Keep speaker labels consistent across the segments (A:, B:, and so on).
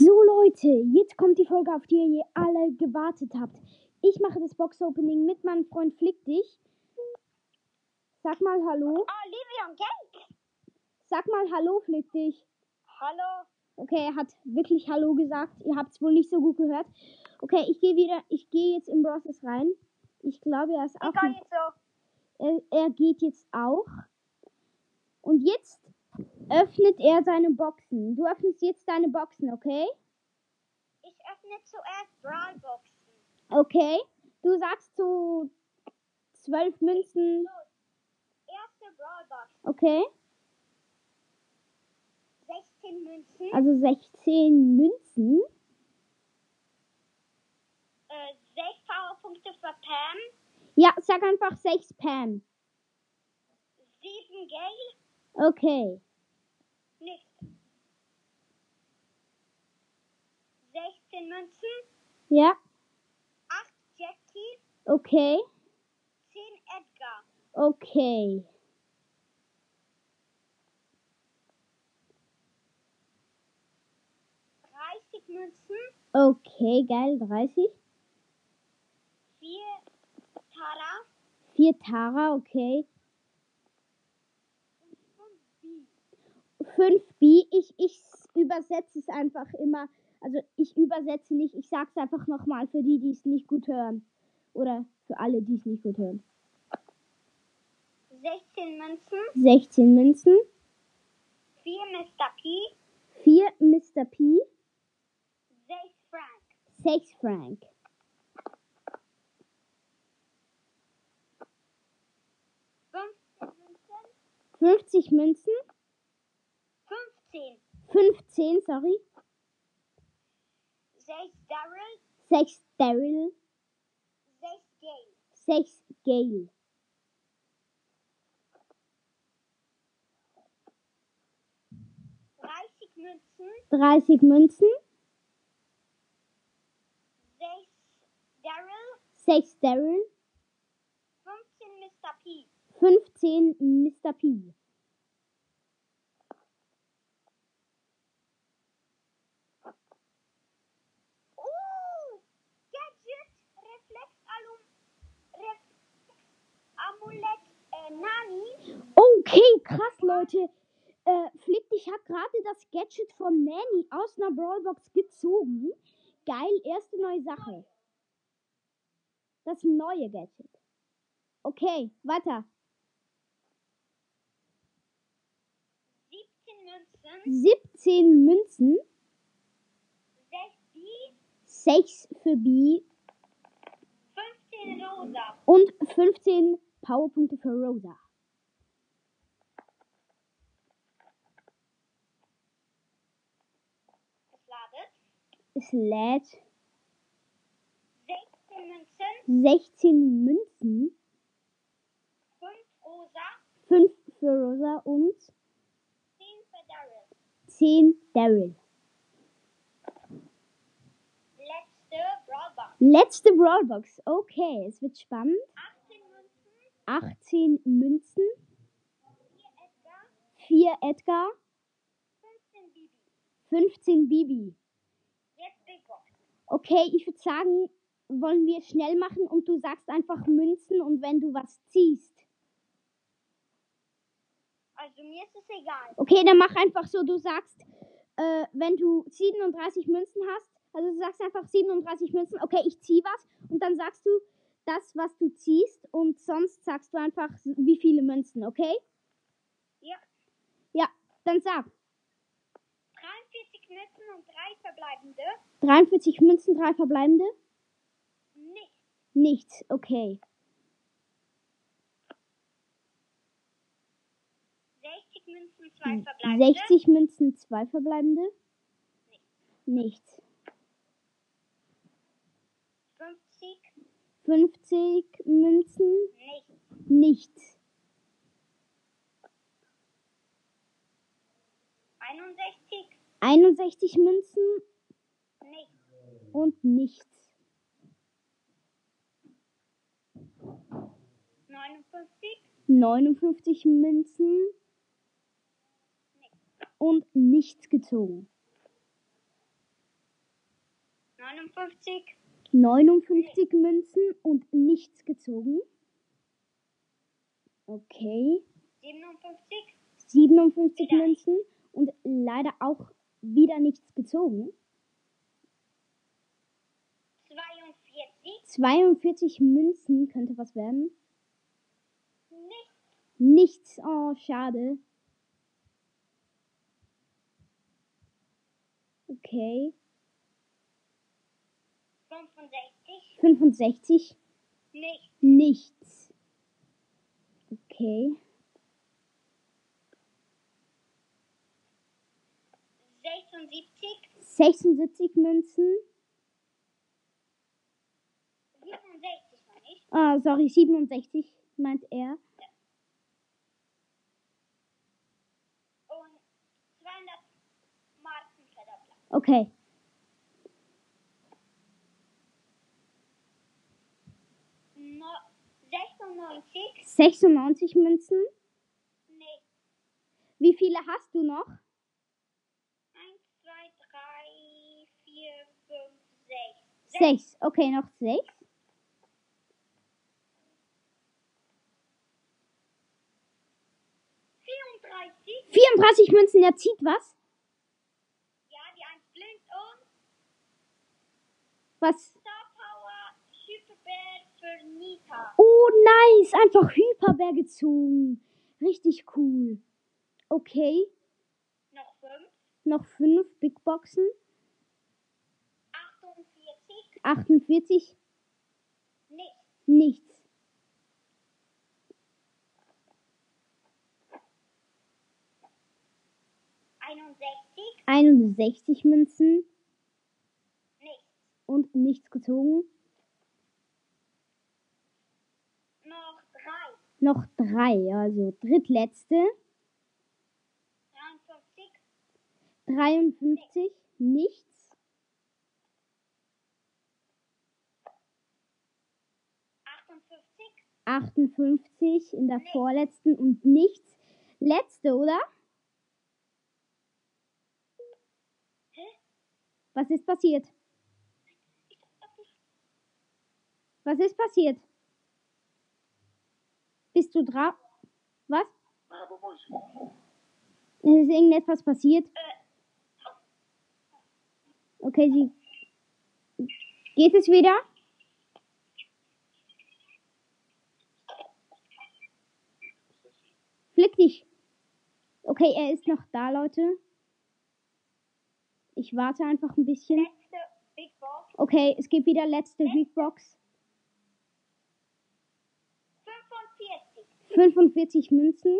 A: Leute, jetzt kommt die Folge, auf die ihr alle gewartet habt. Ich mache das Box-Opening mit meinem Freund Flick dich. Sag mal Hallo.
B: Oh, Livion Cake.
A: Sag mal Hallo, Flick dich.
B: Hallo.
A: Okay, er hat wirklich Hallo gesagt. Ihr habt es wohl nicht so gut gehört. Okay, ich gehe wieder, ich gehe jetzt in Brosses rein. Ich glaube, er ist
B: Ich
A: auch.
B: kann jetzt so.
A: Er, er geht jetzt auch. Und jetzt öffnet er seine Boxen. Du öffnest jetzt deine Boxen, okay?
B: Ich öffne zuerst Brawlboxen.
A: Okay. Du sagst zu zwölf Münzen.
B: Erste Brawlbox.
A: Okay.
B: 16 Münzen.
A: Also 16 Münzen.
B: Äh, 6 Powerpunkte für Pam.
A: Ja, sag einfach 6 Pam.
B: 7 Gale.
A: Okay.
B: Nicht. 16 Münzen.
A: Ja,
B: 8 Jackie.
A: okay.
B: 10 Edgar.
A: Okay.
B: Dreißig Münzen,
A: Okay, geil. 30.
B: vier Tara
A: 4 Tara, okay.
B: und B.
A: 5 B. Ich, ich übersetze es einfach immer. Also ich übersetze nicht. Ich sag's einfach nochmal für die, die es nicht gut hören. Oder für alle, die es nicht gut hören.
B: 16 Münzen,
A: 16 Münzen.
B: vier Mr. P,
A: 4 Mr. P.
B: sechs Frank,
A: 6 Frank.
B: fünfzehn Münzen,
A: 50 Münzen.
B: 15,
A: 15, sorry.
B: sechs Daryl,
A: 6 Daryl.
B: sechs Gale,
A: 6 Gale.
B: dreißig Münzen,
A: 30 Münzen. 6
B: sechs Daryl,
A: Daryl.
B: 15 Mr. P,
A: 15 Mr. P.
B: oh, Gadget, Reflex, Alum, Reflex, Amulett, äh, Nani,
A: Okay, krass, Leute. Äh, Flick, ich habe gerade das Gadget von Nanny aus einer Brawlbox gezogen. Geil, erste neue Sache. Das neue Gadget. Okay, weiter. 17
B: 17 Münzen,
A: Münzen.
B: sechs B,
A: 6 für B
B: 15 Rosa.
A: und 15 Powerpunkte für Rosa. Es
B: Es ladet.
A: lädt 16
B: 16 Münzen,
A: Münzen.
B: 5 rosa,
A: 5 für Rosa und
B: 10 für Daryl.
A: 10 Daryl.
B: Letzte Brawlbar.
A: Letzte Brawlbox. Okay, es wird spannend.
B: 18
A: 18
B: Münzen,
A: Münzen,
B: 4 Edgar,
A: 4 Edgar,
B: 15 Bibi.
A: 15 Bibi.
B: Jetzt Big Box.
A: Okay, ich würde sagen, wollen wir schnell machen und du sagst einfach Münzen und wenn du was ziehst.
B: Also mir ist es egal.
A: Okay, dann mach einfach so, du sagst, äh, wenn du 37 Münzen hast, also du sagst einfach 37 Münzen, okay, ich zieh was und dann sagst du das, was du ziehst und sonst sagst du einfach, wie viele Münzen, okay?
B: Ja.
A: Ja, dann sag.
B: 43 Münzen und 3 verbleibende.
A: 43 Münzen, drei verbleibende?
B: Nicht.
A: Nichts, okay.
B: 60 Münzen,
A: Hm,
B: 2 verbleibende.
A: 60 Münzen, zwei verbleibende? Nichts.
B: 50.
A: 50 Münzen,
B: Nicht.
A: nichts.
B: 61.
A: 61 Münzen
B: Nicht.
A: und nichts.
B: 59.
A: 59 Münzen und nichts gezogen.
B: 59,
A: 59 Münzen und nichts gezogen. Okay.
B: 57,
A: 57
B: Wieder.
A: Münzen und leider auch wieder nichts gezogen.
B: 42,
A: 42 Münzen könnte was werden.
B: nicht
A: Nichts. Oh, schade. Okay.
B: 65,
A: 65.
B: nicht
A: Nichts. Okay.
B: 76,
A: 76 Münzen.
B: 67 meine ich,
A: Ah, sorry, 67 meint er.
B: und 200 Marken Förderblatt.
A: Okay.
B: No- 96,
A: 96 Münzen.
B: nicht
A: Wie viele hast du noch?
B: 1, 2, 3, 4, 5, 6.
A: Sechs. Okay, noch sechs.
B: 34,
A: 34 Münzen, er zieht was.
B: ja, die 1 blind und
A: Was?
B: Star Power Hyperbär für Nita.
A: Oh, nice. Einfach Hyperbär gezogen. Richtig cool. Okay,
B: Noch 5,
A: noch fünf Big Boxen.
B: 48,
A: 48,
B: nicht
A: nichts.
B: 61,
A: 61 Münzen
B: nicht
A: und nichts gezogen.
B: noch 3,
A: Noch drei, also drittletzte.
B: 53,
A: 53, nichts.
B: 58,
A: 58 in der vorletzten und nichts. Letzte, oder?
B: Hä?
A: Was ist passiert? Was ist passiert? Bist du drauf? Was? Es ist irgendetwas passiert. Okay, sie. Geht es wieder? Flick dich. Okay, er ist noch da, Leute. Ich warte einfach ein bisschen.
B: letzte Big Box,
A: Okay, es gibt wieder letzte Big Box.
B: 45,
A: 45 Münzen.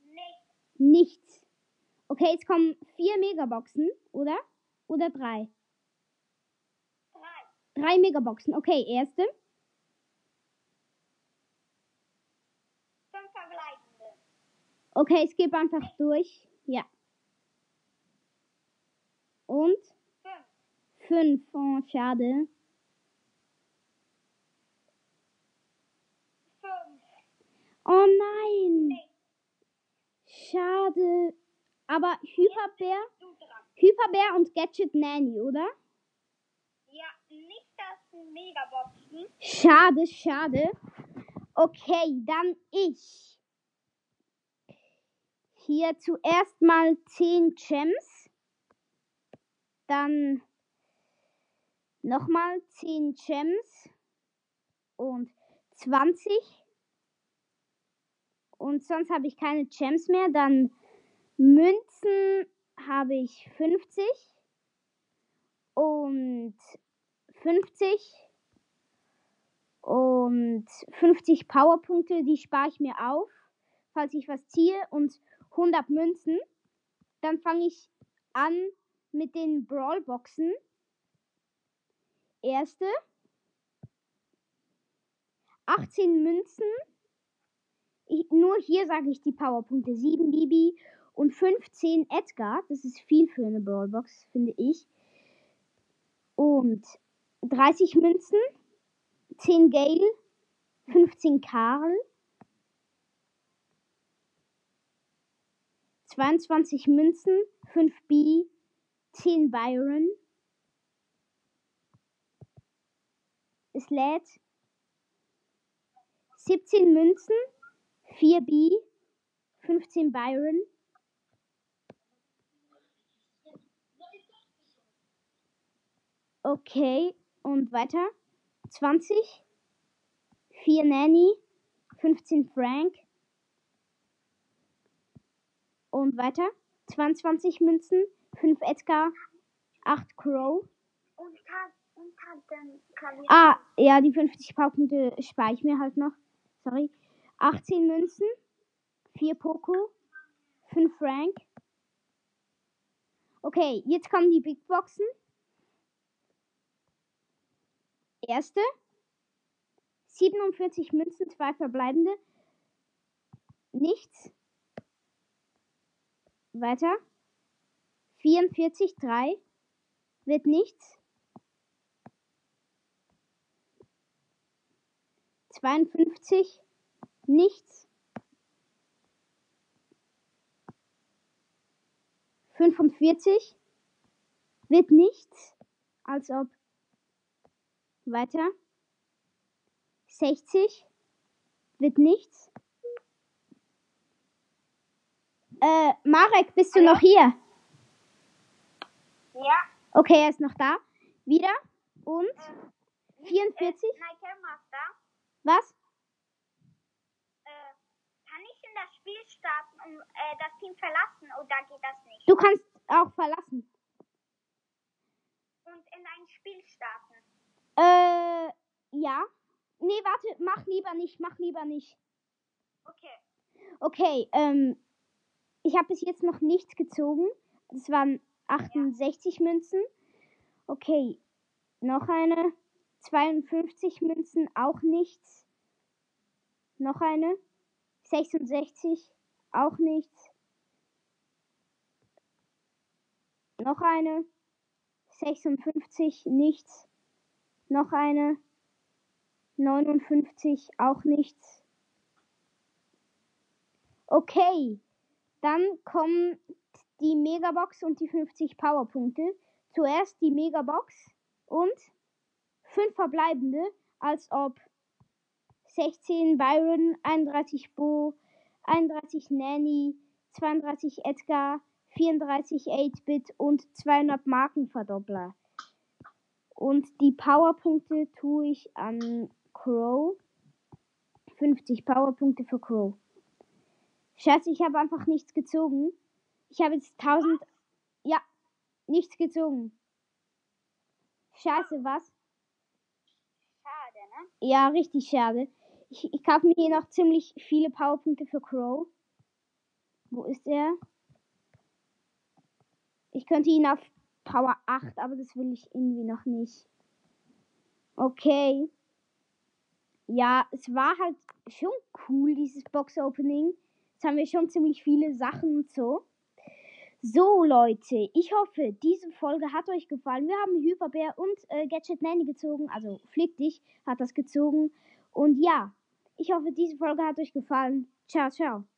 B: nicht
A: Nichts. Okay, es kommen vier Megaboxen, oder? Oder drei?
B: 3,
A: Drei Megaboxen. Okay, erste.
B: 5 verbleibende,
A: Okay, ich gebe einfach durch. Ja. Und
B: 5,
A: fünf. Oh, schade.
B: 5,
A: Oh nein.
B: nicht
A: Schade. Aber Hyperbär,
B: du dran.
A: Hyperbär und Gadget Nanny, oder?
B: Ja, nicht das Hm? Megaboxen.
A: Schade, schade. Okay, dann ich. Hier zuerst mal 10 Gems. Dann nochmal 10 Gems. Und 20. Und sonst habe ich keine Gems mehr. Dann Münzen habe ich 50. Und 50. Und 50 Powerpunkte, die spare ich mir auf, falls ich was ziehe. Und 100 Münzen. Dann fange ich an mit den Brawlboxen. Erste. 18 Münzen. Ich, nur hier sage ich die Powerpunkte. 7 Bibi und 15 Edgar. Das ist viel für eine Brawlbox, finde ich. Und 30 Münzen. 10 Gale, 15 Karl, 22 Münzen, 5 B, 10 Byron, es lädt. 17 Münzen, 4 B, 15 Byron. Okay, und weiter. 20, 4 Nanny, 15 Frank. Und weiter. 22 Münzen, 5 Edgar, 8 Crow.
B: Und hat, und hat den Klavier.
A: Ah, ja, die 50 Punkte spare ich mir halt noch. Sorry. 18 Münzen, 4 Poco, 5 Frank. Okay, jetzt kommen die Big Boxen. Erste. 47 Münzen, 2 verbleibende. Nichts. Weiter. 44, 3. Wird nichts. 52. Nichts. 45. Wird nichts. Als ob. Weiter. 60. Wird nichts. Äh, Marek, bist du noch hier?
B: Ja.
A: Okay, er ist noch da. Wieder. Und 44.
B: Äh, Michael Master,
A: Was?
B: äh, kann ich in das Spiel starten und äh, das Team verlassen oder geht das nicht?
A: Du kannst auch verlassen.
B: Und in ein Spiel starten.
A: Äh, ja. Nee, warte, mach lieber nicht, mach lieber nicht.
B: Okay.
A: Okay, ähm, ich habe bis jetzt noch nichts gezogen. Das waren 68 Münzen. Okay, noch eine. 52 Münzen, auch nichts. Noch eine. 66, auch nichts. Noch eine. 56, nichts. Noch eine. 59, auch nichts. Okay, dann kommen die Megabox und die 50 Powerpunkte. Zuerst die Megabox und 5 verbleibende, als ob 16 Byron, 31 Bo, 31 Nanny, 32 Edgar, 34 8-Bit und 200 Markenverdoppler. Und die Powerpunkte tue ich an Crow. 50 Powerpunkte für Crow. Scheiße, ich habe einfach nichts gezogen. Ich habe jetzt 1000. Ja, nichts gezogen. Scheiße, was?
B: Schade, ne?
A: Ja, richtig schade. Ich, ich kaufe mir hier noch ziemlich viele Powerpunkte für Crow. Wo ist er? Ich könnte ihn auf Power 8, aber das will ich irgendwie noch nicht. Okay. Ja, es war halt schon cool, dieses Box-Opening. Jetzt haben wir schon ziemlich viele Sachen und so. So, Leute, ich hoffe, diese Folge hat euch gefallen. Wir haben Hyperbär und äh, Gadget Nanny gezogen, also Flick dich hat das gezogen. Und ja, ich hoffe, diese Folge hat euch gefallen. Ciao, ciao.